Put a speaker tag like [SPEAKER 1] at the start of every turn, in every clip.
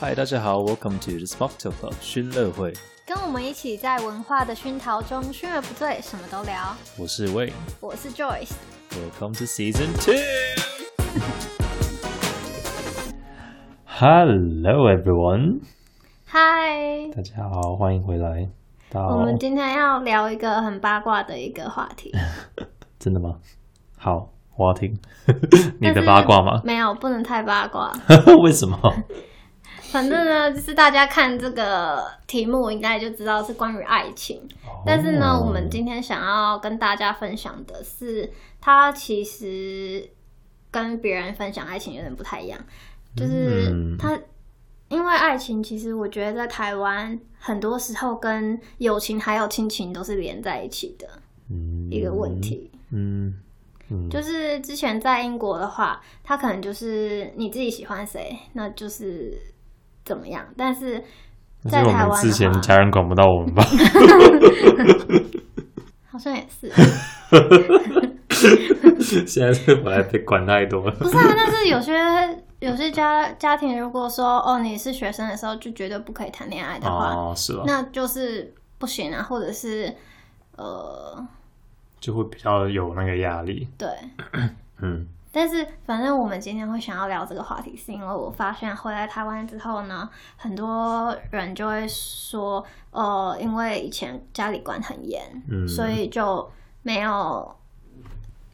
[SPEAKER 1] 嗨，大家好，Welcome to the Smoke Talk Club 熏乐会，
[SPEAKER 2] 跟我们一起在文化的熏陶中，熏而不醉，什么都聊。
[SPEAKER 1] 我是 Wayne。
[SPEAKER 2] 我是 Joyce，
[SPEAKER 1] Welcome to Season Two. Hello, everyone.
[SPEAKER 2] 嗨。
[SPEAKER 1] 大家好，欢迎回来
[SPEAKER 2] 我
[SPEAKER 1] 到
[SPEAKER 2] 们今天要聊一个很八卦的一个话 题，
[SPEAKER 1] 真的吗？好，我要 听你
[SPEAKER 2] 但
[SPEAKER 1] 的
[SPEAKER 2] 是
[SPEAKER 1] 八卦吗？
[SPEAKER 2] 没有，不能太八卦。
[SPEAKER 1] 为什么？
[SPEAKER 2] 反正呢，就是大家看这个题目，应该就知道是关于爱情。 但是呢，
[SPEAKER 1] 哦
[SPEAKER 2] 我们今天想要跟大家分享的是，它其实跟别人分享爱情有点不太一样，就是
[SPEAKER 1] 嗯
[SPEAKER 2] 它、因为爱情，其实我觉得在台湾很多时候跟友情还有亲情都是连在一起的
[SPEAKER 1] 嗯
[SPEAKER 2] 一个问，题。
[SPEAKER 1] 嗯嗯，
[SPEAKER 2] 就是之前在英国的话，他可能就是你自己喜欢谁，那就是怎么样。但是
[SPEAKER 1] 这
[SPEAKER 2] 在
[SPEAKER 1] 嗯是我
[SPEAKER 2] 台
[SPEAKER 1] 们
[SPEAKER 2] 湾
[SPEAKER 1] 之前
[SPEAKER 2] 的话，
[SPEAKER 1] 家人管不到我们吧？
[SPEAKER 2] 好像也是，
[SPEAKER 1] 现在是我来被管太多了。
[SPEAKER 2] 不是啊？但是有些有些家家庭如果说哦你是学生的时候就绝对不可以谈恋爱的话，
[SPEAKER 1] 哦，是吧？
[SPEAKER 2] 那就是不行啊，或者是呃
[SPEAKER 1] 就会比较有那个压力。
[SPEAKER 2] 对。
[SPEAKER 1] 嗯，
[SPEAKER 2] 但是，反正我们今天会想要聊这个话题，是因为我发现回来台湾之后呢，很多人就会说，呃，因为以前家里管很严，
[SPEAKER 1] 嗯
[SPEAKER 2] 所以就没有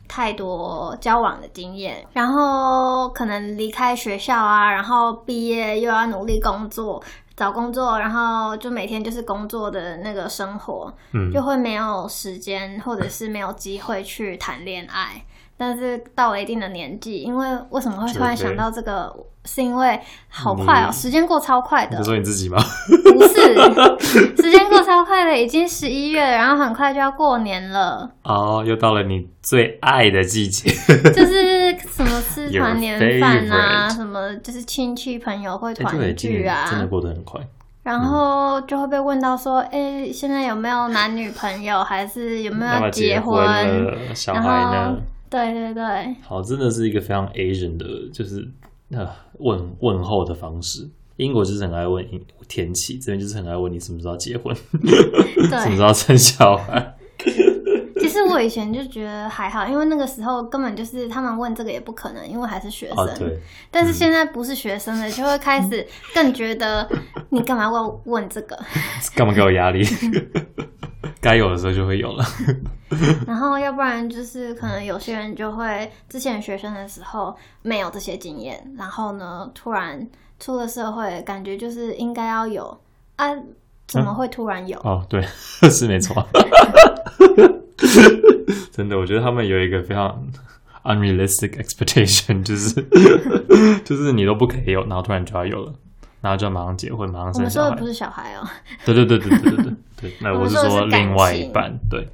[SPEAKER 2] 太多交往的经验，然后可能离开学校啊，然后毕业又要努力工作。找工作，然后就每天就是工作的那个生活，
[SPEAKER 1] 嗯
[SPEAKER 2] 就会没有时间，或者是没有机会去谈恋爱。但是到了一定的年纪，因为为什么会突然想到这个？是因为好快哦，
[SPEAKER 1] 你
[SPEAKER 2] 时间过超快的
[SPEAKER 1] 你，说你自己吗？
[SPEAKER 2] 不是时间过超快的，已经十一月了，然后很快就要过年 了，
[SPEAKER 1] 哦，又到了你最爱的季节。
[SPEAKER 2] 就是什么吃
[SPEAKER 1] Your
[SPEAKER 2] 团年饭啊，
[SPEAKER 1] favorite
[SPEAKER 2] 什么就是亲戚朋友会
[SPEAKER 1] 哎对，
[SPEAKER 2] 团
[SPEAKER 1] 今
[SPEAKER 2] 聚
[SPEAKER 1] 年
[SPEAKER 2] 啊，
[SPEAKER 1] 真的过得很快。
[SPEAKER 2] 然后就会被问到说，哎、
[SPEAKER 1] 嗯
[SPEAKER 2] 现在有没有男女朋友，还是有没有
[SPEAKER 1] 爸爸
[SPEAKER 2] 要结
[SPEAKER 1] 婚了，小孩
[SPEAKER 2] 然后
[SPEAKER 1] 呢？
[SPEAKER 2] 对对对，
[SPEAKER 1] 好，真的是一个非常 Asian 的，就是呃问问候的方式。英国就是很爱问英天气，这边就是很爱问你什么时候要结婚，什么时
[SPEAKER 2] 对，
[SPEAKER 1] 候要生小孩。
[SPEAKER 2] 其实我以前就觉得还好，因为那个时候根本就是他们问这个也 不可能，因为还是学生。
[SPEAKER 1] 哦，对，
[SPEAKER 2] 但是现在不是学生了，就会开始更觉 得你干嘛问问这个？
[SPEAKER 1] 干嘛给我压力？该有的时候就会有了。
[SPEAKER 2] 然后要不然就是可能有些人就会之前学生的时候没有这些经验，然后呢突然出了社会，感觉就是应该要有啊，怎么会突然有？
[SPEAKER 1] 哦，对， 是没错。真的，我觉得他们有一个非常 unrealistic expectation，就是 就是你都不可以有，然后突然就要有了，然后就要马上结婚，马上
[SPEAKER 2] 我
[SPEAKER 1] 生
[SPEAKER 2] 们说
[SPEAKER 1] 小
[SPEAKER 2] 的不
[SPEAKER 1] 孩。
[SPEAKER 2] 是小孩哦、
[SPEAKER 1] 对对对对对对对对。那
[SPEAKER 2] 我
[SPEAKER 1] 我
[SPEAKER 2] 们
[SPEAKER 1] 是
[SPEAKER 2] 说的
[SPEAKER 1] 说
[SPEAKER 2] 是感
[SPEAKER 1] 另外一
[SPEAKER 2] 情
[SPEAKER 1] 半，对。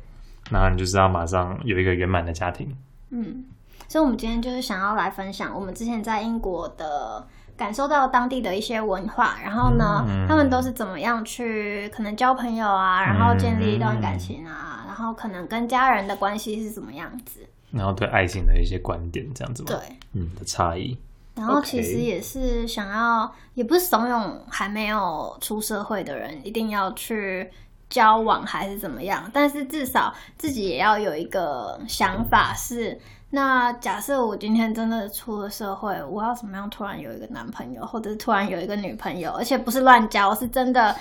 [SPEAKER 1] 那你就是要马上有一个圆满的家庭。
[SPEAKER 2] 嗯，所以我们今天就是想要来分享我们之前在英国的感受到当地的一些文化，然后呢，
[SPEAKER 1] 嗯
[SPEAKER 2] 他们都是怎么样去可能交朋友啊，然后建立一段感情啊，然后可能跟家人的关系是怎么样子，
[SPEAKER 1] 然后对爱情的一些观点，这样子吗？
[SPEAKER 2] 对，。
[SPEAKER 1] 嗯的差异。
[SPEAKER 2] 然后
[SPEAKER 1] OK
[SPEAKER 2] 其实也是想要也不是怂恿还没有出社会的人一定要去交往还是怎么样，但是至少自己也要有一个想法是，那假设我今天真的出了社会，我要怎么样突然有一个男朋友，或者是突然有一个女朋友，而且不是乱交，是真的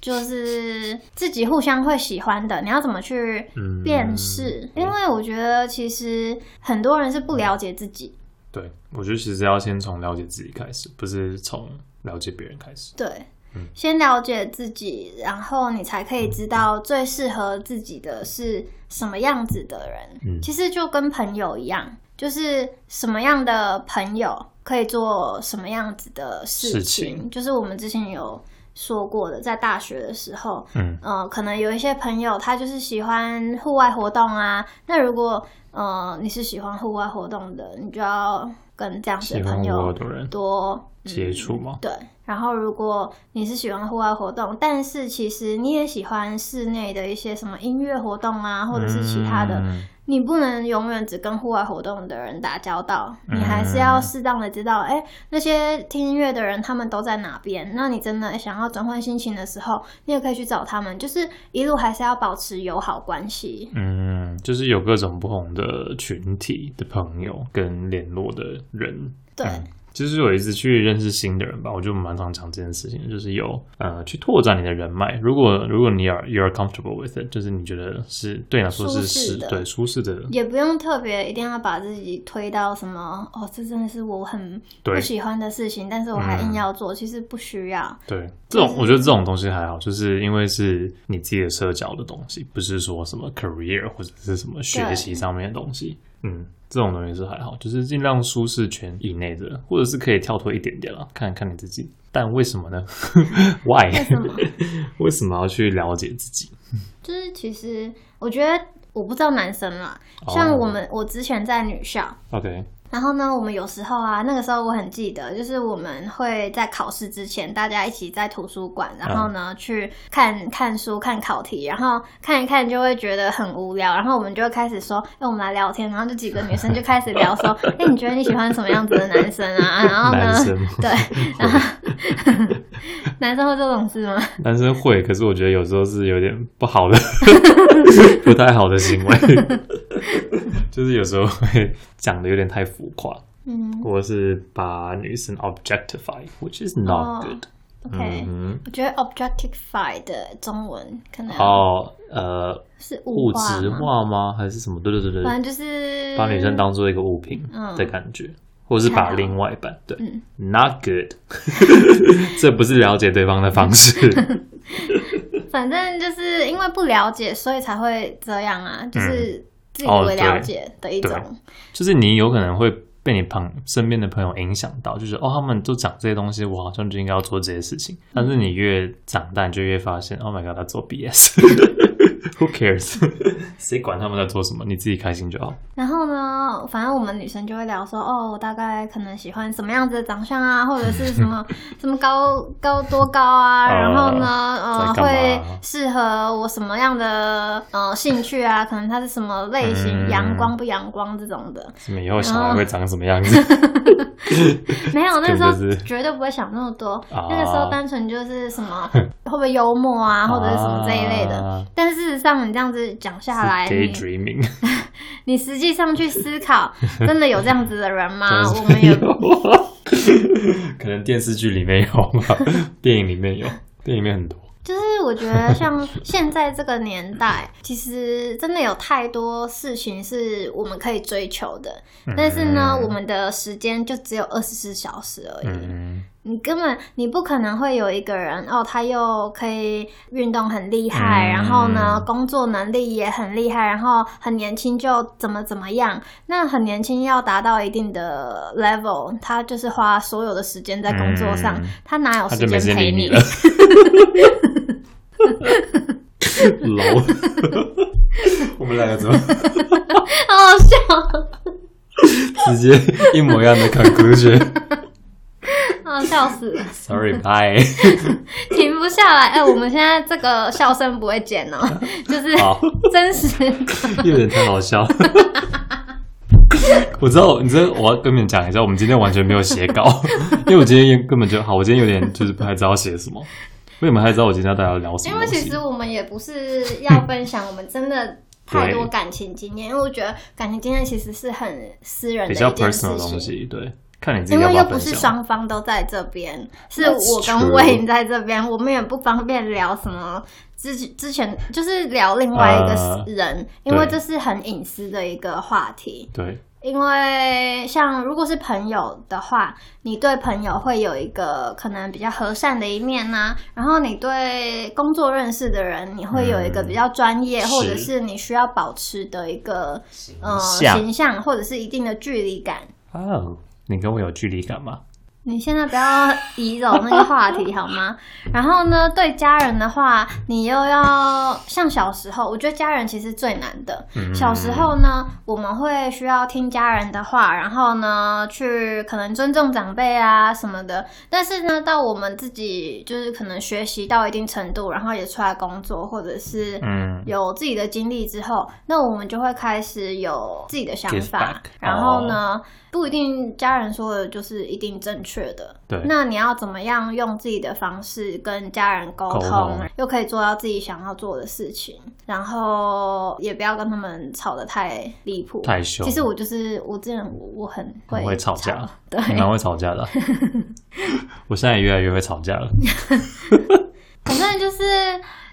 [SPEAKER 2] 就是自己互相会喜欢的，你要怎么去
[SPEAKER 1] 嗯，
[SPEAKER 2] 辨识？因为我觉得其实很多人是不了解自己。
[SPEAKER 1] 对，我觉得其实要先从了解自己开始，不是从了解别人开始。
[SPEAKER 2] 对，
[SPEAKER 1] 嗯
[SPEAKER 2] 先了解自己，然后你才可以知道最适合自己的是什么样子的人。
[SPEAKER 1] 嗯
[SPEAKER 2] 其实就跟朋友一样，就是什么样的朋友可以做什么样子的事情，
[SPEAKER 1] 事情
[SPEAKER 2] 就是我们之前有说过的，在大学的时候，
[SPEAKER 1] 嗯，
[SPEAKER 2] 呃，可能有一些朋友他就是喜欢户外活动啊。那如果呃，你是喜欢户外活动的，你就要跟这样子
[SPEAKER 1] 喜
[SPEAKER 2] 的
[SPEAKER 1] 欢
[SPEAKER 2] 朋
[SPEAKER 1] 我
[SPEAKER 2] 友
[SPEAKER 1] 的人
[SPEAKER 2] 多、嗯
[SPEAKER 1] 接触吗？
[SPEAKER 2] 对，然后如果你是喜欢户外活动，但是其实你也喜欢室内的一些什么音乐活动啊，或者是其他的，
[SPEAKER 1] 嗯
[SPEAKER 2] 你不能永远只跟户外活动的人打交道，你还是
[SPEAKER 1] 嗯
[SPEAKER 2] 要适当的知道，哎、那些听音乐的人他们都在哪边。那你真的想要转换心情的时候，你也可以去找他们，就是一路还是要保持友好关系。
[SPEAKER 1] 嗯，就是有各种不同的群体的朋友跟联络的人，
[SPEAKER 2] 对，
[SPEAKER 1] 嗯就是有一次去认识新的人吧，我就蛮常讲这件事情，就是有呃去拓展你的人脉。如果如果你 are you are comfortable with it，就是你觉得是对你来说是
[SPEAKER 2] 舒适
[SPEAKER 1] 是
[SPEAKER 2] 的
[SPEAKER 1] 对舒适的，
[SPEAKER 2] 也不用特别一定要把自己推到什么哦，这真的是我很
[SPEAKER 1] 对嗯
[SPEAKER 2] 不喜欢的事情，但是我还硬要做，其实不需要。
[SPEAKER 1] 对，这种我觉得这种东西还好，就是因为是你自己的社交的东西，不是说什么 career 或者是什么学习上面的东西。嗯，这种东西是还好，就是尽量舒适圈以内的，或者是可以跳脱一点点啦，看看你自己。但为什么呢？Why？
[SPEAKER 2] 为什么
[SPEAKER 1] 为什么要去了解自己？
[SPEAKER 2] 就是其实我觉得我不知道男生啦，
[SPEAKER 1] 哦
[SPEAKER 2] 像我们、我之前在女校，
[SPEAKER 1] OK，
[SPEAKER 2] 然后呢，我们有时候啊，那个时候我很记得，就是我们会在考试之前，大家一起在图书馆，然后
[SPEAKER 1] 嗯
[SPEAKER 2] 呢、去看看书、看考题，然后看一看就会觉得很无聊，然后我们就会开始说，哎、我们来聊天，然后就几个女生就开始聊说， 哎、你觉得你喜欢什么样子的男生啊？然后
[SPEAKER 1] 男
[SPEAKER 2] 呢，
[SPEAKER 1] 生吗
[SPEAKER 2] 对， 然后 男生会这种事吗？
[SPEAKER 1] 男生会，可是我觉得有时候是有点不好 的，不太好的行为，就是有时候会讲的有点太浮夸。
[SPEAKER 2] 嗯
[SPEAKER 1] 或是把女生 objectify，which is not
[SPEAKER 2] 哦
[SPEAKER 1] good。
[SPEAKER 2] ，OK，、
[SPEAKER 1] 嗯
[SPEAKER 2] 我觉得 objectify 的中文可能
[SPEAKER 1] 哼，哦，呃，
[SPEAKER 2] 是
[SPEAKER 1] 物
[SPEAKER 2] 物化
[SPEAKER 1] 质
[SPEAKER 2] 吗，
[SPEAKER 1] 化吗？还是什么？对对对
[SPEAKER 2] 反
[SPEAKER 1] 对，
[SPEAKER 2] 正就是
[SPEAKER 1] 把女生当做一个物品
[SPEAKER 2] 嗯
[SPEAKER 1] 的感觉，或是把
[SPEAKER 2] 太好
[SPEAKER 1] 另外一半对
[SPEAKER 2] 嗯
[SPEAKER 1] not good，这不是了解对方的方式。
[SPEAKER 2] 反正就是因为不了解，所以才会这样
[SPEAKER 1] 嗯
[SPEAKER 2] 啊，就是自以为了解的一种。
[SPEAKER 1] 哦就是你有可能会被你旁身边的朋友影响到，就是哦，他们都讲这些东西，我好像就应该要做这些事情。但是你越长大，你就越发现，Oh my god，他做 BS。Who cares？谁管他们在做什么？你自己开心就好。
[SPEAKER 2] 然后呢，反正我们女生就会聊说，哦，我大概可能喜欢什么样子的长相啊，或者是什 么什么高高多高啊，
[SPEAKER 1] 啊
[SPEAKER 2] 然后呢，呃，
[SPEAKER 1] 在干嘛
[SPEAKER 2] 会适合我什么样的呃兴趣啊？可能它是什么类型，
[SPEAKER 1] 嗯
[SPEAKER 2] 阳光不阳光这种的。
[SPEAKER 1] 什么以后小孩会长什么样子？
[SPEAKER 2] 没 有，那
[SPEAKER 1] 根
[SPEAKER 2] 时候
[SPEAKER 1] 本就是
[SPEAKER 2] 绝对不会想那么多。
[SPEAKER 1] 啊
[SPEAKER 2] 那个时候单纯就是什么会不会幽默啊， 或者是什么这一类的。
[SPEAKER 1] 啊
[SPEAKER 2] 但事实上，你这样子讲下来，
[SPEAKER 1] 是
[SPEAKER 2] 你
[SPEAKER 1] daydreaming，
[SPEAKER 2] 你实际上去思 考，真的有这样子的人吗？
[SPEAKER 1] 真的
[SPEAKER 2] 我
[SPEAKER 1] 是
[SPEAKER 2] 们也
[SPEAKER 1] 有 可能电视剧里面有吧，电影里面有，电影里面很多。
[SPEAKER 2] 就是我觉得像现在这个年代，其实真的有太多事情是我们可以追求的，但是呢，我们的时间就只有二十四小时而已。
[SPEAKER 1] 嗯，
[SPEAKER 2] 你根本你不可能会有一个人哦，他又可以运动很厉
[SPEAKER 1] 嗯
[SPEAKER 2] 害，然后呢工作能力也很厉害，然后很年轻就怎么怎么样。那很年轻要达到一定的 level，他就是花所有的时间在工作上，
[SPEAKER 1] 嗯
[SPEAKER 2] 他哪有
[SPEAKER 1] 他
[SPEAKER 2] 时
[SPEAKER 1] 就没时
[SPEAKER 2] 间
[SPEAKER 1] 间
[SPEAKER 2] 陪
[SPEAKER 1] 理
[SPEAKER 2] 你
[SPEAKER 1] 你了？。楼， 我们两个怎么
[SPEAKER 2] 好 好笑，
[SPEAKER 1] 直接一模一样的 conclusion？Sorry，
[SPEAKER 2] 啊笑死了，
[SPEAKER 1] bye。
[SPEAKER 2] 停不下来。哎、我们现在这个笑声不会 剪哦，就是
[SPEAKER 1] 好，
[SPEAKER 2] 真实。
[SPEAKER 1] 有点太好笑。 我知道，你知道，我要跟你们讲一下，我们今天完全没有写稿， 因为我今天根本就好，我今天有点就是不太知道写什么。为什么还知道我今天要大家聊什
[SPEAKER 2] 因
[SPEAKER 1] 么
[SPEAKER 2] 为
[SPEAKER 1] 东
[SPEAKER 2] 其
[SPEAKER 1] 西
[SPEAKER 2] 实？我们也不是要分享我们 真的太多感情经验，因为我觉得感情经验其实是很私人的
[SPEAKER 1] 比较
[SPEAKER 2] 一件
[SPEAKER 1] personal
[SPEAKER 2] 事
[SPEAKER 1] 的东
[SPEAKER 2] 情。
[SPEAKER 1] 西，对，看你自己
[SPEAKER 2] 因
[SPEAKER 1] 要
[SPEAKER 2] 为
[SPEAKER 1] 不要
[SPEAKER 2] 又不
[SPEAKER 1] 分
[SPEAKER 2] 是
[SPEAKER 1] 享。
[SPEAKER 2] 双方都在这边，是
[SPEAKER 1] That's
[SPEAKER 2] 我跟
[SPEAKER 1] true
[SPEAKER 2] 魏在这边，我们也不方便聊什么之之前就是聊另外一个
[SPEAKER 1] 呃
[SPEAKER 2] 人因为
[SPEAKER 1] 对
[SPEAKER 2] 这是很隐私的一个话题。
[SPEAKER 1] 对，
[SPEAKER 2] 因为像如果是朋友的话，你对朋友会有一个可能比较和善的一面呐、然后你对工作认识的人，你会有一个比较专业，
[SPEAKER 1] 嗯
[SPEAKER 2] 或者
[SPEAKER 1] 是
[SPEAKER 2] 是你需要保持的一个呃
[SPEAKER 1] 象
[SPEAKER 2] 形象，或者是一定的距离感。
[SPEAKER 1] 啊哦，你跟我有距离感吗？
[SPEAKER 2] 你现在不要移走那个话题好吗？然后呢，对家人的话，你又要像小时候，我觉得家人其实最难的。
[SPEAKER 1] 嗯
[SPEAKER 2] 小时候呢，我们会需要听家人的话，然后呢，去可能尊重长辈啊什么的。但是呢，到我们自己就是可能学习到一定程度，然后也出来工作，或者是
[SPEAKER 1] 嗯
[SPEAKER 2] 有自己的经历之后，那我们就会开始有自己的想
[SPEAKER 1] Give
[SPEAKER 2] 法
[SPEAKER 1] back，。哦
[SPEAKER 2] 然后呢，不一定家人说的就是一定正确的。
[SPEAKER 1] 对
[SPEAKER 2] 那你要怎么样用自己的方式跟家人沟
[SPEAKER 1] 沟
[SPEAKER 2] 通
[SPEAKER 1] 通，
[SPEAKER 2] 又可以做到自己想要做的事情，然后也不要跟他们吵得太离谱。
[SPEAKER 1] 太凶，
[SPEAKER 2] 其实我就是我这人，我我很会
[SPEAKER 1] 很会吵架，
[SPEAKER 2] 对，
[SPEAKER 1] 蛮会吵架 的啊。我现在也越来越会吵架了。
[SPEAKER 2] 反正就是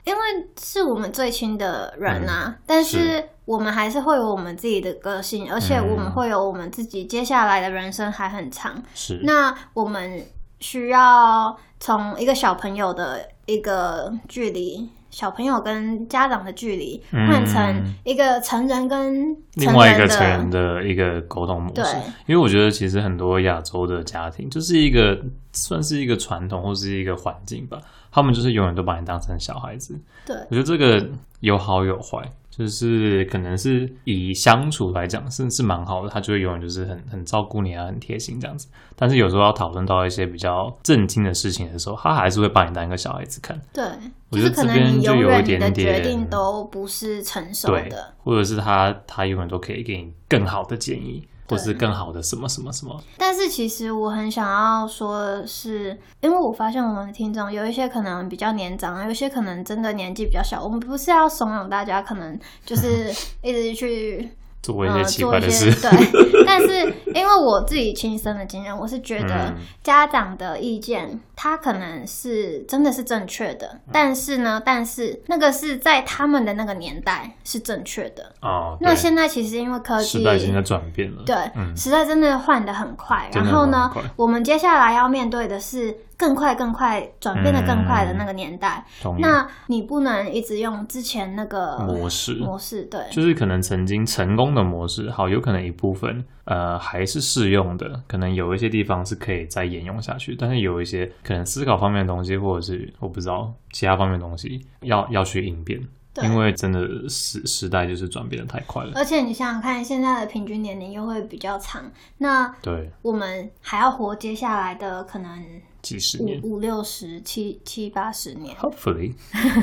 [SPEAKER 2] 因为是我们最亲的人啊，但是
[SPEAKER 1] 嗯是
[SPEAKER 2] 我们还是会有我们自己的个性，而且我们
[SPEAKER 1] 嗯
[SPEAKER 2] 会有我们自己接下来的人生还很长。
[SPEAKER 1] 是，
[SPEAKER 2] 那我们需要从一个小朋友的一个距离。小朋友跟家长的距离
[SPEAKER 1] 嗯
[SPEAKER 2] 换成一个成人跟成
[SPEAKER 1] 另外一
[SPEAKER 2] 人
[SPEAKER 1] 个
[SPEAKER 2] 的，
[SPEAKER 1] 成人的一个沟通模
[SPEAKER 2] 对
[SPEAKER 1] 式，因为我觉得其实很多亚洲的家庭就是一个算是一个传统或是一个环境吧，他们就是永远都把你当成小孩子。
[SPEAKER 2] 对
[SPEAKER 1] 我觉得这个有好有坏，就是可能是以相处来讲是是蛮好的，他就会永远就是很很照顾你啊，很贴心这样子。但是有时候要讨论到一些比较震惊的事情的时候，他还是会把你当一个小孩子看。
[SPEAKER 2] 对，
[SPEAKER 1] 我
[SPEAKER 2] 就
[SPEAKER 1] 觉
[SPEAKER 2] 是
[SPEAKER 1] 得
[SPEAKER 2] 可
[SPEAKER 1] 这
[SPEAKER 2] 能
[SPEAKER 1] 边
[SPEAKER 2] 你
[SPEAKER 1] 就
[SPEAKER 2] 永
[SPEAKER 1] 有一
[SPEAKER 2] 远你
[SPEAKER 1] 点
[SPEAKER 2] 的
[SPEAKER 1] 点
[SPEAKER 2] 决定都不是成熟
[SPEAKER 1] 对
[SPEAKER 2] 的，，
[SPEAKER 1] 或者是他他永远都可以给你更好的建议，
[SPEAKER 2] 对
[SPEAKER 1] 或是更好的什么什么什么。
[SPEAKER 2] 但是其实我很想要说的是，因为我发现我们的听众有一些可能比较年长，有一些可能真的年纪比较小。我们不是要怂恿大家，可能就是 一直去
[SPEAKER 1] 做一些
[SPEAKER 2] 呃
[SPEAKER 1] 奇
[SPEAKER 2] 做
[SPEAKER 1] 怪
[SPEAKER 2] 一
[SPEAKER 1] 的
[SPEAKER 2] 些
[SPEAKER 1] 事，
[SPEAKER 2] 对。 但是因为我自己亲身的经验，我是觉得
[SPEAKER 1] 嗯
[SPEAKER 2] 家长的意见，他可能是真的是正确
[SPEAKER 1] 嗯
[SPEAKER 2] 的，但是呢，但是那个是在他们的那个年代是正确的。
[SPEAKER 1] 哦，
[SPEAKER 2] 那
[SPEAKER 1] 对
[SPEAKER 2] 现在其实因为科技
[SPEAKER 1] 时代已经在转变了，
[SPEAKER 2] 对，
[SPEAKER 1] 嗯
[SPEAKER 2] 时代真的换得很快。
[SPEAKER 1] 真
[SPEAKER 2] 然
[SPEAKER 1] 的
[SPEAKER 2] 后呢
[SPEAKER 1] 很快，
[SPEAKER 2] 我们接下来要面对的是更快、更快转变的更快的
[SPEAKER 1] 嗯
[SPEAKER 2] 那个年代。
[SPEAKER 1] 同意
[SPEAKER 2] 那你不能一直用之前那个
[SPEAKER 1] 模式。
[SPEAKER 2] 模式，对，
[SPEAKER 1] 就是可能曾经成功的模式，好，有可能一部分呃还是适用的，可能有一些地方是可以再沿用下去，但是有一些可能思考方面的东西，或者是我不知道其他方面的东西，要要去应变，
[SPEAKER 2] 对呃
[SPEAKER 1] 因为真的时时代就是转变的太快了，
[SPEAKER 2] 而且你想想看，现在的平均年龄又会比较长，那
[SPEAKER 1] 对，
[SPEAKER 2] 我们还要活接下来的可能
[SPEAKER 1] 几十年
[SPEAKER 2] 五五六十、七七八十年。
[SPEAKER 1] ，hopefully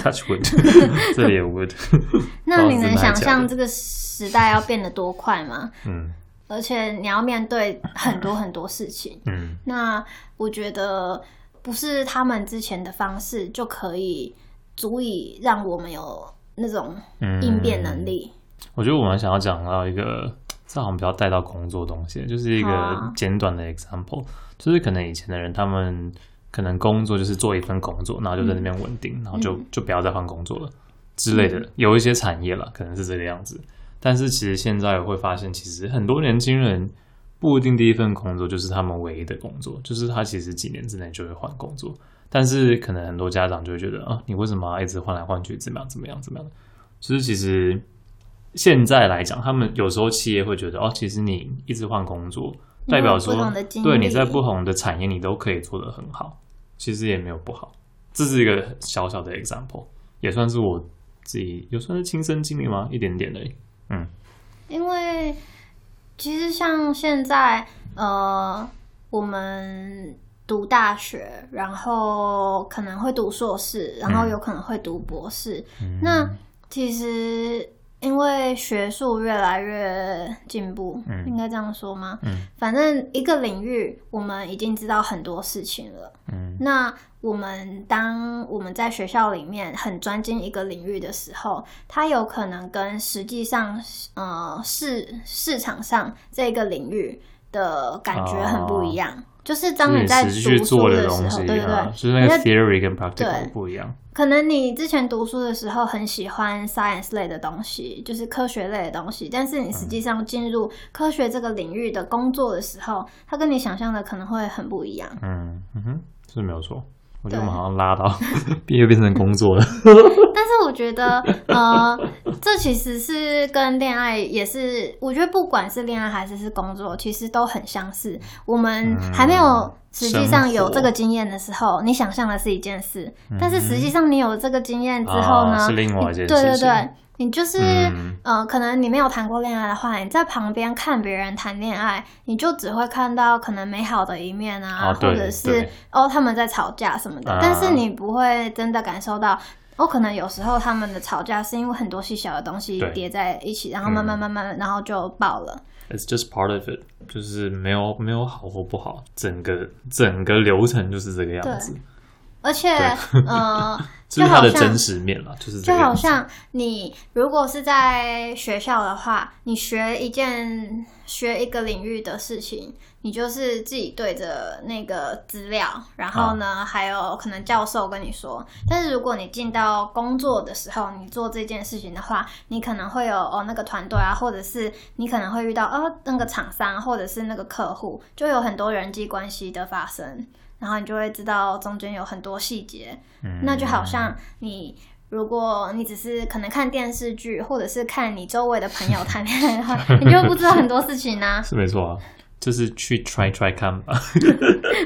[SPEAKER 1] touch wood，这里也 wood，
[SPEAKER 2] 那你能
[SPEAKER 1] 不知道是哪
[SPEAKER 2] 想
[SPEAKER 1] 一家的
[SPEAKER 2] 象这个时代要变得多快吗？
[SPEAKER 1] 嗯
[SPEAKER 2] 而且你要面对很多很多事情。
[SPEAKER 1] 嗯，
[SPEAKER 2] 那我觉得不是他们之前的方式就可以足以让我们有那种
[SPEAKER 1] 嗯
[SPEAKER 2] 应变能力。
[SPEAKER 1] 我觉得我们想要讲到一个，这好像比较带到工作东西，就是一
[SPEAKER 2] 好啊
[SPEAKER 1] 个简短的 example，、就是可能以前的人他们可能工作就是做一份工作，然后就在那边稳
[SPEAKER 2] 嗯
[SPEAKER 1] 定，然后就就不要再换工作了之类的。有一些产业了，可能是这个样子。但是其实现在我会发现，其实很多年轻人不一定第一份工作就是他们唯一的工作，就是他其实几年之内就会换工作。但是可能很多家长就会觉得啊，你为什么要一直换来换去，怎么样怎么样怎么样？就是其实现在来讲，他们有时候企业会觉得哦，其实你一直换工作，
[SPEAKER 2] 你有
[SPEAKER 1] 代表说
[SPEAKER 2] 不同的经历
[SPEAKER 1] 对你在不同的产业你都可以做得很好，其实也没有不好。这是一个小小的 example，也算是我自己有算是亲身经历吗？一点点的，嗯，
[SPEAKER 2] 因为其实像现在，呃，我们读大学，然后可能会读硕士，然
[SPEAKER 1] 嗯
[SPEAKER 2] 后有可能会读博士。那其实因为学术越来越进步，
[SPEAKER 1] 嗯
[SPEAKER 2] 应该这样说吗？
[SPEAKER 1] 嗯
[SPEAKER 2] 反正一个领域，我们已经知道很多事情了。
[SPEAKER 1] 嗯，
[SPEAKER 2] 那我们当我们在学校里面很专精一个领域的时候，它有可能跟实际上呃市市场上这个领域的感觉很不一
[SPEAKER 1] 哦
[SPEAKER 2] 样。就是当你在
[SPEAKER 1] 就是实际去
[SPEAKER 2] 读书
[SPEAKER 1] 嗯做的
[SPEAKER 2] 的
[SPEAKER 1] 东
[SPEAKER 2] 时
[SPEAKER 1] 西
[SPEAKER 2] 候，，对对对，
[SPEAKER 1] 啊就是那个
[SPEAKER 2] 你在
[SPEAKER 1] theory 跟
[SPEAKER 2] 对
[SPEAKER 1] practical 不一样，
[SPEAKER 2] 可能你之前读书的时候很喜欢 science 类的东西，就是科学类的东西，但是你实
[SPEAKER 1] 嗯
[SPEAKER 2] 际上进入科学这个领域的工作的时候，它跟你想象的可能会很不一样。
[SPEAKER 1] 嗯嗯哼，是没有错，我觉得我们好像拉到 毕业变成工作了。
[SPEAKER 2] 但是我觉得，呃，这其实是跟恋爱也是，我觉得不管是恋爱还是是工作，其实都很相似。我们还没有
[SPEAKER 1] 嗯
[SPEAKER 2] 实际上有
[SPEAKER 1] 生活嗯
[SPEAKER 2] 这个经验的时候，你想象的是一件事，但是实际上你有这个经验之后呢，
[SPEAKER 1] 啊是另外一
[SPEAKER 2] 你
[SPEAKER 1] 件
[SPEAKER 2] 对
[SPEAKER 1] 事情
[SPEAKER 2] 对对，你就是。
[SPEAKER 1] 嗯
[SPEAKER 2] 呃，可能你没有谈过恋爱的话，你在旁边看别人谈恋爱，你就只会看到可能美好的一面啊，
[SPEAKER 1] 啊对
[SPEAKER 2] 或者是
[SPEAKER 1] 对
[SPEAKER 2] 哦他们在吵架什么的，
[SPEAKER 1] 啊
[SPEAKER 2] 但是你不会真的感受到。哦，可能有时候他们的吵架是因为很多细小的东西
[SPEAKER 1] 对嗯
[SPEAKER 2] 叠在一起，然后慢慢慢慢，然后就爆了。
[SPEAKER 1] It's just part of it，就是没有没有好或不好，整个整个流程就是这个样子，
[SPEAKER 2] 而且， 呃，
[SPEAKER 1] 这是它的
[SPEAKER 2] 就好像
[SPEAKER 1] 真实面了，就是这
[SPEAKER 2] 就
[SPEAKER 1] 个
[SPEAKER 2] 好
[SPEAKER 1] 样子。
[SPEAKER 2] 像你如果是在学校的话，你学一件学一个领域的事情，你就是自己对着那个资料，然后呢，还有可能教授跟你说。但是如果你进到工作的时候，你做这件事情的话，你可能会有哦那个团队啊，或者是你可能会遇到哦那个厂商，或者是那个客户，就有很多人际关系的发生。然后你就会知道中间有很多细节，
[SPEAKER 1] 嗯
[SPEAKER 2] 那就好像你如果你只是可能看电视剧，或者是看你周围的朋友谈恋爱的话，你就会不知道很多事情呢、
[SPEAKER 1] 是没错啊，就是去 try try 看吧，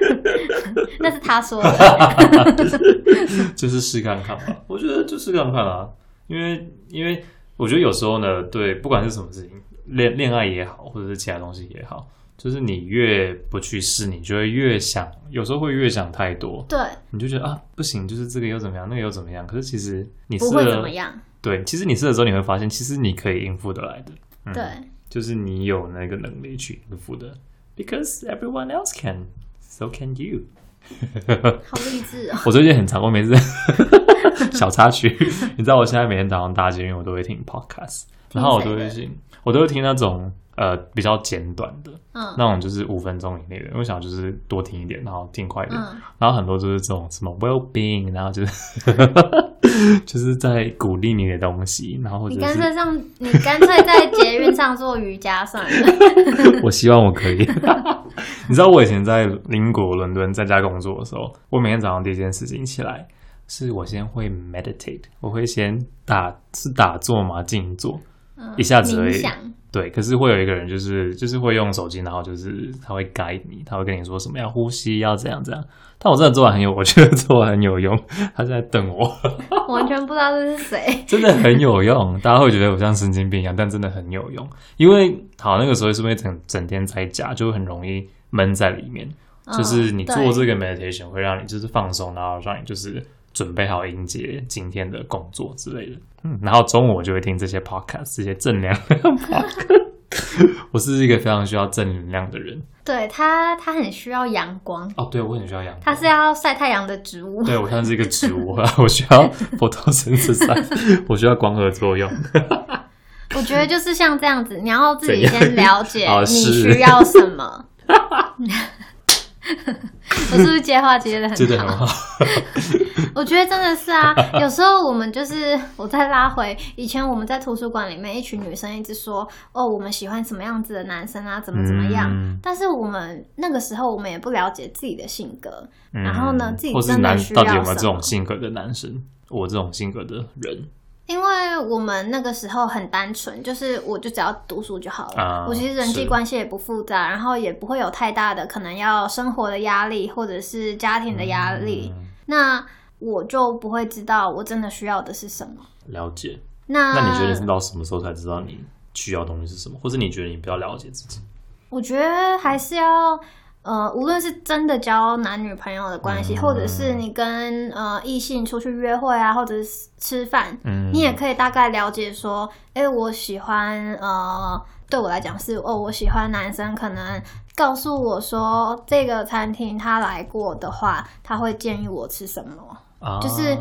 [SPEAKER 2] 那是他说的，
[SPEAKER 1] 就是试看看吧。我觉得就试看看啊，因为因为我觉得有时候呢，对，不管是什么事情，恋恋爱也好，或者是其他东西也好，就是你越不去试，你就会越想，有时候会越想太多，
[SPEAKER 2] 对，
[SPEAKER 1] 你就觉得啊不行，就是这个又怎么样，那个又怎么样。可是其实你试
[SPEAKER 2] 不会怎么
[SPEAKER 1] 了，
[SPEAKER 2] 样，
[SPEAKER 1] 对，其实你试了之后，你会发现，其实你可以应付得来的。嗯
[SPEAKER 2] 对，
[SPEAKER 1] 就是你有那个能力去应付的，because everyone else can, so can you。
[SPEAKER 2] 好励志哦。
[SPEAKER 1] 我最近很常，我每次 小插曲，你知道我现在每天早上搭捷运，我都会听 podcast，
[SPEAKER 2] 听谁的
[SPEAKER 1] 然后我都会听，我都会听那种呃比较简短的，
[SPEAKER 2] 嗯
[SPEAKER 1] 那种就是五分钟以内的，我想就是多听一点，然后听快一点，
[SPEAKER 2] 嗯，
[SPEAKER 1] 然后很多就是这种什么 well being，然后就是就是 在鼓励你的东西，然后或
[SPEAKER 2] 你
[SPEAKER 1] 者
[SPEAKER 2] 干
[SPEAKER 1] 是
[SPEAKER 2] 脆上，你干脆在捷运上做瑜伽 算了。
[SPEAKER 1] 我希望我可以。 你知道我以前在英国伦敦在家工作的时候，我每天早上第一件事情起来，是我先会 meditate，我会先打是打坐嘛，静坐，
[SPEAKER 2] 嗯
[SPEAKER 1] 一下子而
[SPEAKER 2] 冥
[SPEAKER 1] 已
[SPEAKER 2] 想，
[SPEAKER 1] 对，可是会有一个人，就是就是会用手机，然后就是他会 guide 你，他会跟你说什么要呼吸，要怎样怎样。但我真的做完很有，我觉得做完很有用。他现在瞪我，
[SPEAKER 2] 完全不知道这是谁。
[SPEAKER 1] 真的很有用。大家会觉得我像神经病一样，但真的很有用。因为好那个时候是因为整整天在家，就很容易闷在里面。
[SPEAKER 2] 嗯
[SPEAKER 1] 就是你做
[SPEAKER 2] 对
[SPEAKER 1] 这个 meditation 会让你就是放松，然后让你就是准备好迎接今天的工作之类的。嗯，然后中午我就会听这些 podcast，这些正能量的 podcast。我是一个非常需要正能量的人
[SPEAKER 2] 对他，他很需要阳光，
[SPEAKER 1] 哦，对我很需要阳光。
[SPEAKER 2] 他是要晒太阳的植物。
[SPEAKER 1] 对我像是一个植物，啊 我需要 photosynthesis，我需 要光合作用。
[SPEAKER 2] 我觉得就是像这样子，你要自己
[SPEAKER 1] 怎样
[SPEAKER 2] 先了 解
[SPEAKER 1] 哦
[SPEAKER 2] 你
[SPEAKER 1] 是
[SPEAKER 2] 需要什 么。 我是不是接话接的很好？
[SPEAKER 1] 真的很好，
[SPEAKER 2] 我觉得真的是啊， 有时候我们就是我再拉回以前我们在图书馆里面，一群女生一直说哦，我们喜欢什么样子的男生啊，怎么怎么样。
[SPEAKER 1] 嗯
[SPEAKER 2] 但是我们那个时候我们也不了解自己的性格，然后呢
[SPEAKER 1] 嗯
[SPEAKER 2] 自己
[SPEAKER 1] 或是
[SPEAKER 2] 真的
[SPEAKER 1] 男
[SPEAKER 2] 需
[SPEAKER 1] 到底
[SPEAKER 2] 要
[SPEAKER 1] 有没有
[SPEAKER 2] 什
[SPEAKER 1] 这
[SPEAKER 2] 么
[SPEAKER 1] 种性格的男生，我这种性格的人，
[SPEAKER 2] 因为我们那个时候很单纯，就是我就只要读书就好了。
[SPEAKER 1] 啊
[SPEAKER 2] 我其实人际
[SPEAKER 1] 是
[SPEAKER 2] 关系也不复杂，然后也不会有太大的可能要生活的压力或者是家庭的压力。
[SPEAKER 1] 嗯
[SPEAKER 2] 那我就不会知道我真的需要的是什么。
[SPEAKER 1] 了解。
[SPEAKER 2] 那
[SPEAKER 1] 那你觉得你是到什么时候才知道你需要的东西是什么，或者你觉得你比较了解自己？
[SPEAKER 2] 我觉得还是要。呃，无论是真的交男女朋友的关系，
[SPEAKER 1] 嗯
[SPEAKER 2] 或者是你跟呃异性出去约会啊，或者是吃饭，
[SPEAKER 1] 嗯
[SPEAKER 2] 你也可以大概了解说，哎、我喜欢呃，对我来讲是哦，我喜欢男生可能告诉我说这个餐厅他来过的话，他会建议我吃什么，
[SPEAKER 1] 啊
[SPEAKER 2] 就是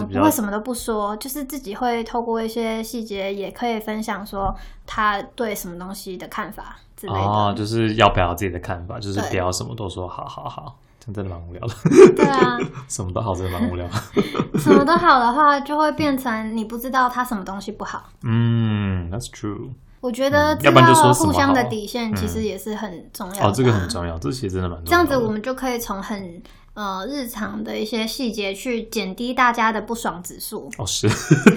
[SPEAKER 1] 就是比
[SPEAKER 2] 不
[SPEAKER 1] 较
[SPEAKER 2] 会什么都不说，就是自己会透过一些细节也可以分享说他对什么东西的看法之类的。
[SPEAKER 1] 哦，就是要表达自己的看法，就是
[SPEAKER 2] 对
[SPEAKER 1] 不要什么都说好好好，这样真的蛮无聊的，
[SPEAKER 2] 对啊，
[SPEAKER 1] 什么都好真的 蛮无聊。
[SPEAKER 2] 什么都好的话，就会变成你不知道他什么东西不好。
[SPEAKER 1] 嗯，That's true。
[SPEAKER 2] 我觉得
[SPEAKER 1] 嗯
[SPEAKER 2] 知
[SPEAKER 1] 要不然就说
[SPEAKER 2] 道
[SPEAKER 1] 什么
[SPEAKER 2] 互相的
[SPEAKER 1] 好嗯哦
[SPEAKER 2] 底线其实也是很重要的啊、
[SPEAKER 1] 哦，这个很重要，这其实真的蛮重
[SPEAKER 2] 这
[SPEAKER 1] 要
[SPEAKER 2] 样
[SPEAKER 1] 的。
[SPEAKER 2] 子我们就可以从很呃日常的一些细节去减低大家的不爽 指数。
[SPEAKER 1] 哦，是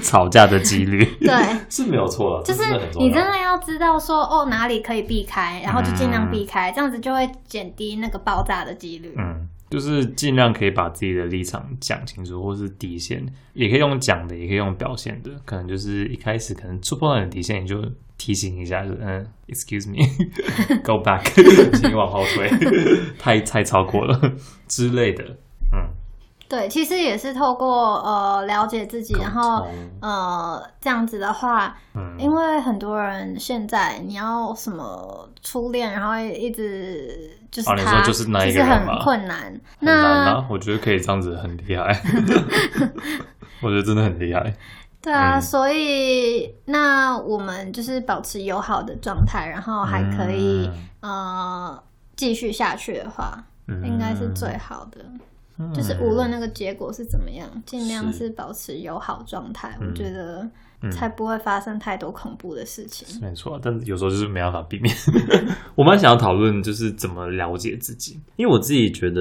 [SPEAKER 1] 吵架的几率，
[SPEAKER 2] 对，
[SPEAKER 1] 是没有错了，
[SPEAKER 2] 就
[SPEAKER 1] 这
[SPEAKER 2] 是
[SPEAKER 1] 真的很重
[SPEAKER 2] 你
[SPEAKER 1] 要
[SPEAKER 2] 真的要知道说哦哪里可以避开，然后就尽量避开，这样子就会减低那个爆炸的几率。
[SPEAKER 1] 嗯，就是尽量可以把自己的立场讲清楚，或是底线，也可以用讲的，也可以用表现的。可能就是一开始可能触碰到你的底线，你就提醒一下，就嗯，excuse me，go back，请往后退，太太超过了 之类的。嗯，
[SPEAKER 2] 对，其实也是透过呃了解自己，然后呃这样子的话，
[SPEAKER 1] 嗯，
[SPEAKER 2] 因为很多人现在你要什么初恋，然后一直就是
[SPEAKER 1] 哦
[SPEAKER 2] 他，
[SPEAKER 1] 你说就是那一
[SPEAKER 2] 其
[SPEAKER 1] 个
[SPEAKER 2] 实
[SPEAKER 1] 人
[SPEAKER 2] 很
[SPEAKER 1] 吧
[SPEAKER 2] 困难。
[SPEAKER 1] 很难
[SPEAKER 2] 那
[SPEAKER 1] 啊，我觉得可以这样子，很 厉害。我觉得真的很厉害。
[SPEAKER 2] 对啊，
[SPEAKER 1] 嗯
[SPEAKER 2] 所以那我们就是保持友好的状态，然后还可以、呃继续下去的话，
[SPEAKER 1] 嗯，
[SPEAKER 2] 应该是最好的。
[SPEAKER 1] 嗯，
[SPEAKER 2] 就是无论那个结果是怎么样，尽量
[SPEAKER 1] 是
[SPEAKER 2] 是保持友好状态，
[SPEAKER 1] 嗯
[SPEAKER 2] 我觉得
[SPEAKER 1] 嗯
[SPEAKER 2] 才不会发生太多恐怖的事情。
[SPEAKER 1] 没错，但有时候就是没办法避 免。我蛮想要讨论，就是怎么了解自己，
[SPEAKER 3] 因为我自己觉得，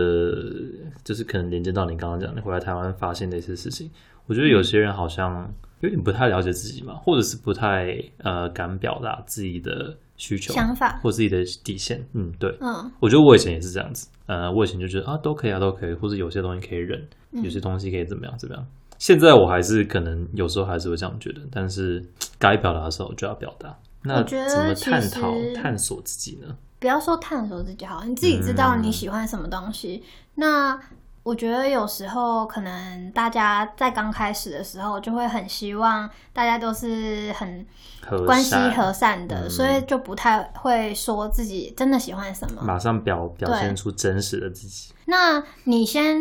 [SPEAKER 3] 就是可能连接到你刚刚讲，你回来台湾发现的一些事情，我觉得有些人好像有点不太了解自己嘛，或者是不太呃敢表达自己的需求
[SPEAKER 2] 想法，
[SPEAKER 3] 或自己的底线。嗯，对，
[SPEAKER 2] 嗯，
[SPEAKER 3] 我觉得我以前也是这样子，呃，我以前就觉得啊都可以啊都可以，或者有些东西可以忍，
[SPEAKER 2] 嗯
[SPEAKER 3] 有些东西可以怎么样怎么样。现在我还是可能有时候还是会这样觉得，但是该表达的时候就要表达。那
[SPEAKER 2] 我觉
[SPEAKER 3] 怎
[SPEAKER 2] 得
[SPEAKER 3] 么
[SPEAKER 2] 其
[SPEAKER 3] 探讨
[SPEAKER 2] 实
[SPEAKER 3] 探索自己呢？
[SPEAKER 2] 不要说探索自己好，你自己知道
[SPEAKER 1] 嗯
[SPEAKER 2] 你喜欢什么东西。那我觉得有时候可能大家在刚开始的时候就会很希望大家都是很
[SPEAKER 3] 和
[SPEAKER 2] 关系
[SPEAKER 3] 善
[SPEAKER 2] 和善的，所
[SPEAKER 1] 嗯
[SPEAKER 2] 以就不太会说自己真的喜欢什么。
[SPEAKER 3] 马上表表
[SPEAKER 2] 对
[SPEAKER 3] 现出真实的自己。
[SPEAKER 2] 那你先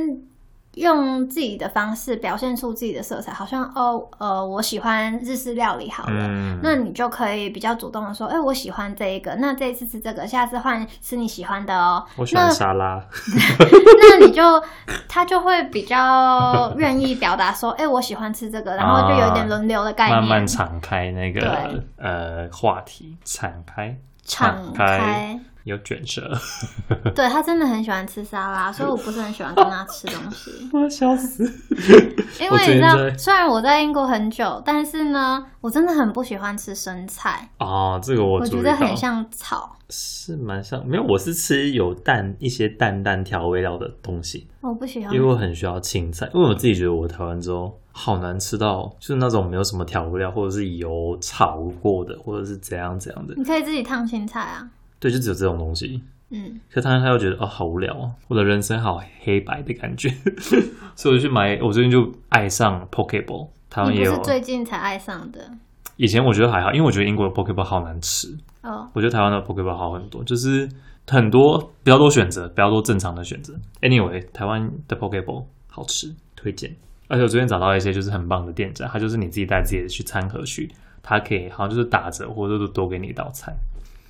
[SPEAKER 2] 用自己的方式表现出自己的色彩，好像哦，呃，我喜欢日式料理好了。
[SPEAKER 3] 嗯
[SPEAKER 2] 那你就可以比较主动的说，哎、我喜欢这一个，那这一次吃这个，下次换吃你喜欢的哦。
[SPEAKER 3] 我喜
[SPEAKER 2] 那
[SPEAKER 3] 欢沙拉，
[SPEAKER 2] 那你就他就会比较愿意表达说，哎、我喜欢吃这个，然后就有点轮流的概念，
[SPEAKER 1] 哦慢慢敞开那
[SPEAKER 2] 对
[SPEAKER 1] 个呃话题，敞开
[SPEAKER 2] 敞
[SPEAKER 1] 敞开
[SPEAKER 2] 开。
[SPEAKER 1] 有卷舌，
[SPEAKER 2] 对他真的很喜欢吃沙拉，所以我不是很喜欢跟他吃东西。
[SPEAKER 3] 我笑死。
[SPEAKER 2] 因
[SPEAKER 3] 我
[SPEAKER 2] 为
[SPEAKER 3] 之
[SPEAKER 2] 你知
[SPEAKER 3] 前
[SPEAKER 2] 道，
[SPEAKER 3] 在
[SPEAKER 2] 虽然我在英国很久，但是呢，我真的很不喜欢吃生菜，
[SPEAKER 3] 哦，这个我
[SPEAKER 2] 我
[SPEAKER 3] 注
[SPEAKER 2] 觉
[SPEAKER 3] 意
[SPEAKER 2] 得
[SPEAKER 3] 到
[SPEAKER 2] 很像草，
[SPEAKER 3] 是蛮像，没有，我是吃有淡一些淡淡调味料的东西，
[SPEAKER 2] 我不喜欢
[SPEAKER 3] 因为。我很需要青菜，因为我自己觉得我台湾之后好难吃到，就是那种没有什么调味料，或者是油炒过的，或者是怎样怎样的，
[SPEAKER 2] 你可以自己烫青菜啊，
[SPEAKER 3] 对，就只有这种东西。
[SPEAKER 2] 嗯，
[SPEAKER 3] 可他他又觉得哦好无聊哦，我的人生好黑白的感 觉，所以我就去买，我最近就爱上 Pokeball，台湾
[SPEAKER 2] 你
[SPEAKER 3] 也
[SPEAKER 2] 不
[SPEAKER 3] 有啊
[SPEAKER 2] 是。最近才爱上的
[SPEAKER 3] 以前我觉得还好，因为我觉得英国的 Pokeball 好难吃，
[SPEAKER 2] 哦，
[SPEAKER 3] 我觉得台湾的 Pokeball 好很多，就是很多比较多选择，比较多正常的选择。Anyway，台湾的 Pokeball 好吃，推荐。而且我昨天找到一些就是很棒的店家，他就是你自己带自己的去餐盒去，他可以好像就是打折或者是多给你一道菜，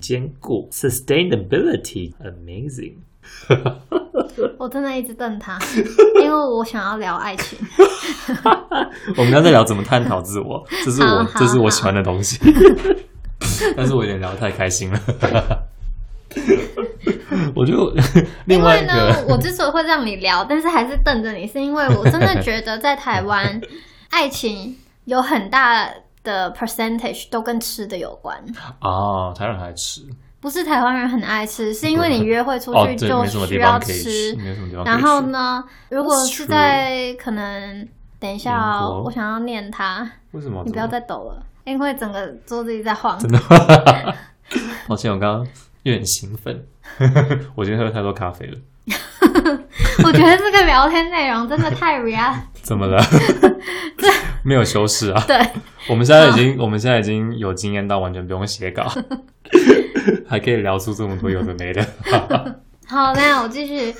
[SPEAKER 3] 兼顾 sustainability amazing。
[SPEAKER 2] 我真的一直瞪他， 因为我想要聊爱情。
[SPEAKER 3] 我们刚才在聊怎么探讨自我，这是
[SPEAKER 2] 好
[SPEAKER 3] 我
[SPEAKER 2] 好
[SPEAKER 3] 这是我喜欢的东西， 但是我有点聊得太开心了。 我就另
[SPEAKER 2] 因
[SPEAKER 3] 外
[SPEAKER 2] 为
[SPEAKER 3] 一
[SPEAKER 2] 呢
[SPEAKER 3] 个，
[SPEAKER 2] 我之所以会让你聊，但是还是瞪着你，是因为我真的觉得在台湾，爱情有很大的 percentage 都跟吃的有关。
[SPEAKER 1] 哦，台湾人还吃，
[SPEAKER 2] 不是台湾人很爱吃，是因为你约会出
[SPEAKER 1] 哦
[SPEAKER 2] 去，
[SPEAKER 1] 对，
[SPEAKER 2] 就
[SPEAKER 1] 没什么
[SPEAKER 2] 需
[SPEAKER 1] 地
[SPEAKER 2] 要
[SPEAKER 1] 方可以
[SPEAKER 2] 吃
[SPEAKER 1] 去，。没有什么地方可以
[SPEAKER 2] 然
[SPEAKER 1] 去。
[SPEAKER 2] 后呢，如果
[SPEAKER 1] That's
[SPEAKER 2] 是在可能，等一下
[SPEAKER 1] 英
[SPEAKER 2] 哦
[SPEAKER 1] 国，
[SPEAKER 2] 我想要念它，
[SPEAKER 1] 为什么？
[SPEAKER 2] 你不要
[SPEAKER 1] 怎么
[SPEAKER 2] 再抖了，因为整个桌子一直在晃。
[SPEAKER 1] 抱歉，我刚刚有点兴 奋，我今天喝太多咖啡了，
[SPEAKER 2] 我觉得这个聊天内容真的太 real，
[SPEAKER 1] 怎 么了？ 没有修饰啊。
[SPEAKER 2] 对，啊
[SPEAKER 1] 我们现在已经，我们现在已经有经验到完全不用写 稿，还可以聊出这么多有的没的。
[SPEAKER 2] 好，那我继 续，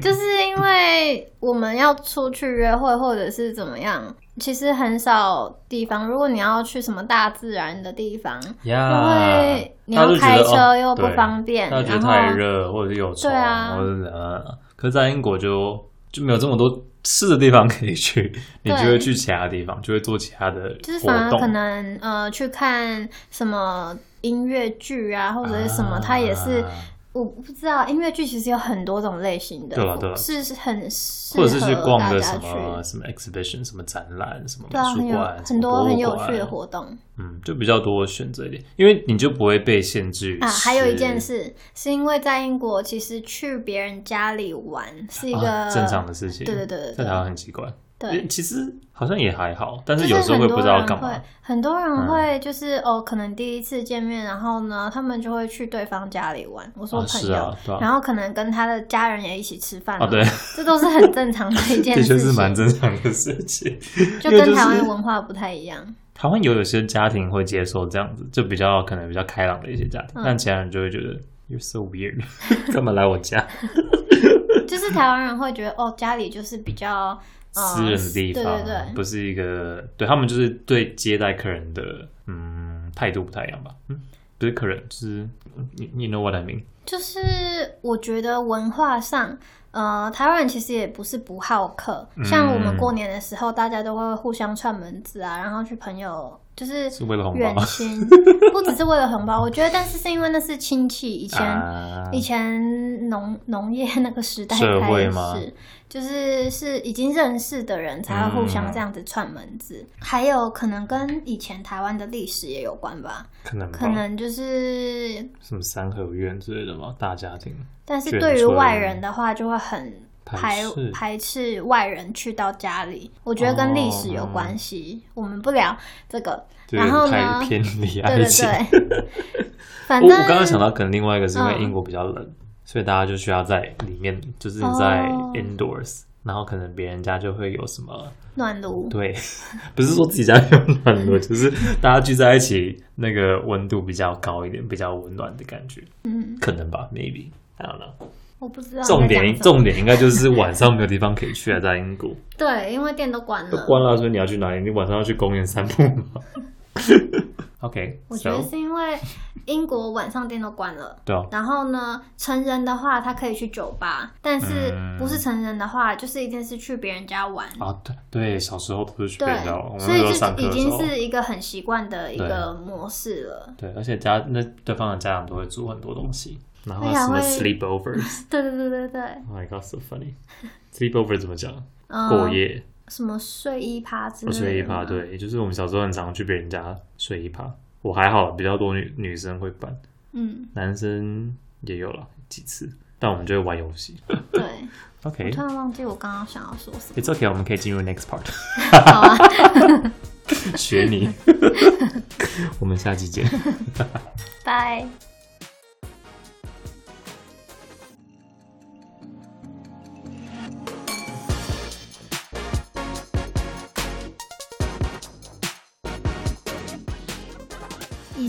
[SPEAKER 2] 就是因为我们要出去约会或者是怎么样，其实很少地方。如果你要去什么大自然的地地方因
[SPEAKER 1] 呀
[SPEAKER 2] 为你要开
[SPEAKER 1] 哦
[SPEAKER 2] 车又不方便，
[SPEAKER 1] 那觉得
[SPEAKER 2] 然后
[SPEAKER 1] 太热，或者是有虫，
[SPEAKER 2] 对啊
[SPEAKER 1] 或者是呃，可是在英国就就没有这么多吃的地方可以 去，你
[SPEAKER 2] 对
[SPEAKER 1] 就会去其他地方，就会做其他的
[SPEAKER 2] 就是
[SPEAKER 1] 活
[SPEAKER 2] 反而可
[SPEAKER 1] 动。
[SPEAKER 2] 能呃去看什么音乐剧啊，或者是什么，
[SPEAKER 1] 啊
[SPEAKER 2] 它也是我不知道音乐剧其实有很多种类型的，
[SPEAKER 1] 对啦对啦
[SPEAKER 2] 是很适
[SPEAKER 1] 或者是去
[SPEAKER 2] 合
[SPEAKER 1] 逛
[SPEAKER 2] 大
[SPEAKER 1] 个
[SPEAKER 2] 家
[SPEAKER 1] 什
[SPEAKER 2] 去
[SPEAKER 1] 么什么 exhibition、什么展览、什么美
[SPEAKER 2] 对啊，很
[SPEAKER 1] 术
[SPEAKER 2] 有
[SPEAKER 1] 馆、什
[SPEAKER 2] 很
[SPEAKER 1] 么
[SPEAKER 2] 多
[SPEAKER 1] 博
[SPEAKER 2] 很
[SPEAKER 1] 物
[SPEAKER 2] 有
[SPEAKER 1] 馆
[SPEAKER 2] 趣的活动
[SPEAKER 1] 嗯，就比较多选择一点，因为你就不会被限制于
[SPEAKER 2] 啊。还有一件
[SPEAKER 1] 是
[SPEAKER 2] 事，是因为在英国，其实去别人家里玩是一个、
[SPEAKER 1] 啊正常的事情，
[SPEAKER 2] 对对对对
[SPEAKER 1] 在台湾很奇怪，
[SPEAKER 2] 对
[SPEAKER 1] 诶，其实好像也还好，但
[SPEAKER 2] 就是
[SPEAKER 1] 有时候会不知道干嘛
[SPEAKER 2] 是，很多人会，很
[SPEAKER 1] 嗯
[SPEAKER 2] 多人会就是、哦，可能第一次见面，然后呢，他们就会去对方家里玩。我说
[SPEAKER 1] 啊
[SPEAKER 2] 朋
[SPEAKER 1] 是
[SPEAKER 2] 友，
[SPEAKER 1] 啊，对啊，
[SPEAKER 2] 然后可能跟他的家人也一起吃饭
[SPEAKER 1] 啊
[SPEAKER 2] 嘛
[SPEAKER 1] 对，
[SPEAKER 2] 这都是很正常的一 件
[SPEAKER 1] 的
[SPEAKER 2] 事
[SPEAKER 1] 确
[SPEAKER 2] 情，
[SPEAKER 1] 是蛮正常的事情。
[SPEAKER 2] 就
[SPEAKER 1] 因为
[SPEAKER 2] 跟
[SPEAKER 1] 就是
[SPEAKER 2] 台湾文化不太一样。
[SPEAKER 1] 台湾有有些家庭会接受这样子，就比较可能比较开朗的一些家庭，
[SPEAKER 2] 嗯
[SPEAKER 1] 但其他人就会觉得 you're so weird，干 嘛来我 家？
[SPEAKER 2] 就是台湾人会觉得哦，家里就是比较、呃、
[SPEAKER 1] 私人的地方，啊
[SPEAKER 2] 对对对，
[SPEAKER 1] 不是一个对他们就是对接待客人的嗯态度不太一样吧？嗯，不是客人，就是嗯你 you know what I mean？
[SPEAKER 2] 就是我觉得文化上，呃，台湾人其实也不是不好客，
[SPEAKER 1] 嗯
[SPEAKER 2] 像我们过年的时候，大家都会互相串门子啊，然后去朋友就是
[SPEAKER 1] 是为了红
[SPEAKER 2] 远
[SPEAKER 1] 包
[SPEAKER 2] 亲，不只是为了红包，我觉得，但是是因为那是亲戚，以前、
[SPEAKER 1] 啊
[SPEAKER 2] 以前农农业那个时代
[SPEAKER 1] 社
[SPEAKER 2] 才
[SPEAKER 1] 会吗
[SPEAKER 2] 是，就是是已经认识的人才会互
[SPEAKER 1] 嗯
[SPEAKER 2] 相这样子串门子，还有可能跟以前台湾的历史也有关吧，
[SPEAKER 1] 可能吧
[SPEAKER 2] 可能就是，
[SPEAKER 1] 什么三合院之类的嘛，大家庭
[SPEAKER 2] 但是
[SPEAKER 1] 眷
[SPEAKER 2] 对于
[SPEAKER 1] 村
[SPEAKER 2] 外人的话就会很。排
[SPEAKER 1] 排斥
[SPEAKER 2] 排斥外人去到家里，我觉得跟历史有关系。我们不聊这个，
[SPEAKER 1] 哦嗯对
[SPEAKER 2] 然后呢
[SPEAKER 1] 太偏离
[SPEAKER 2] 对
[SPEAKER 1] 爱
[SPEAKER 2] 对
[SPEAKER 1] 情。
[SPEAKER 2] 对。 反
[SPEAKER 1] 我
[SPEAKER 2] 正
[SPEAKER 1] 我刚刚想到，可能另外一个是因为
[SPEAKER 2] 嗯
[SPEAKER 1] 英国比较冷，所以大家就需要在里面，就是在
[SPEAKER 2] 哦
[SPEAKER 1] indoors，、然后可能别人家就会有什么
[SPEAKER 2] 暖炉，
[SPEAKER 1] 对， 不是说自己家有暖炉，就是大家聚在一起，那个温度比较高一点，比较温暖的感觉，
[SPEAKER 2] 嗯，
[SPEAKER 1] 可能吧，maybe。I don't know。
[SPEAKER 2] 我不知道你在
[SPEAKER 1] 重点
[SPEAKER 2] 讲什么
[SPEAKER 1] 重点应该就是晚上没有地方可以去啊，在英 国
[SPEAKER 2] 对，因为店都关
[SPEAKER 1] 都
[SPEAKER 2] 了。
[SPEAKER 1] 关了，所以你要去哪里？你晚上要去公园散步吗 ？OK，
[SPEAKER 2] 我觉
[SPEAKER 1] so-
[SPEAKER 2] 得是因为英国晚上店都关了。
[SPEAKER 1] 对啊，
[SPEAKER 2] 然后呢，成人的话他可以去酒吧，但是
[SPEAKER 1] 嗯
[SPEAKER 2] 不是成人的话，就是一定是去别人家玩。
[SPEAKER 1] 啊对对，小时候都是去别
[SPEAKER 2] 对
[SPEAKER 1] 人家，我，们
[SPEAKER 2] 所
[SPEAKER 1] 那时候
[SPEAKER 2] 以
[SPEAKER 1] 上课
[SPEAKER 2] 就已
[SPEAKER 1] 的时
[SPEAKER 2] 经
[SPEAKER 1] 候，
[SPEAKER 2] 是一个很习惯的一
[SPEAKER 1] 对
[SPEAKER 2] 个模式了。
[SPEAKER 1] 对，而且家那对方的家长都会煮很多东西，然后
[SPEAKER 2] 而且还
[SPEAKER 1] 什么
[SPEAKER 2] 哎会
[SPEAKER 1] sleepovers，Oh
[SPEAKER 2] 对对对对对，
[SPEAKER 1] my god，so funny，sleepover 怎么讲？
[SPEAKER 2] 嗯，
[SPEAKER 1] 过夜。
[SPEAKER 2] 什么睡衣趴之类的，
[SPEAKER 1] 睡衣趴，，对，也就是我们小时候很常去别人家睡衣趴。我还好，比较多女女生会办，
[SPEAKER 2] 嗯，
[SPEAKER 1] 男生也有了几次，但我们就会玩游戏。
[SPEAKER 2] 对。我
[SPEAKER 1] OK，It's、
[SPEAKER 2] 突然忘记我刚刚想要说什
[SPEAKER 1] OK，我们可以进入 next part，
[SPEAKER 2] 么，好啊，
[SPEAKER 1] 学 你。我们下期见。
[SPEAKER 2] 拜。以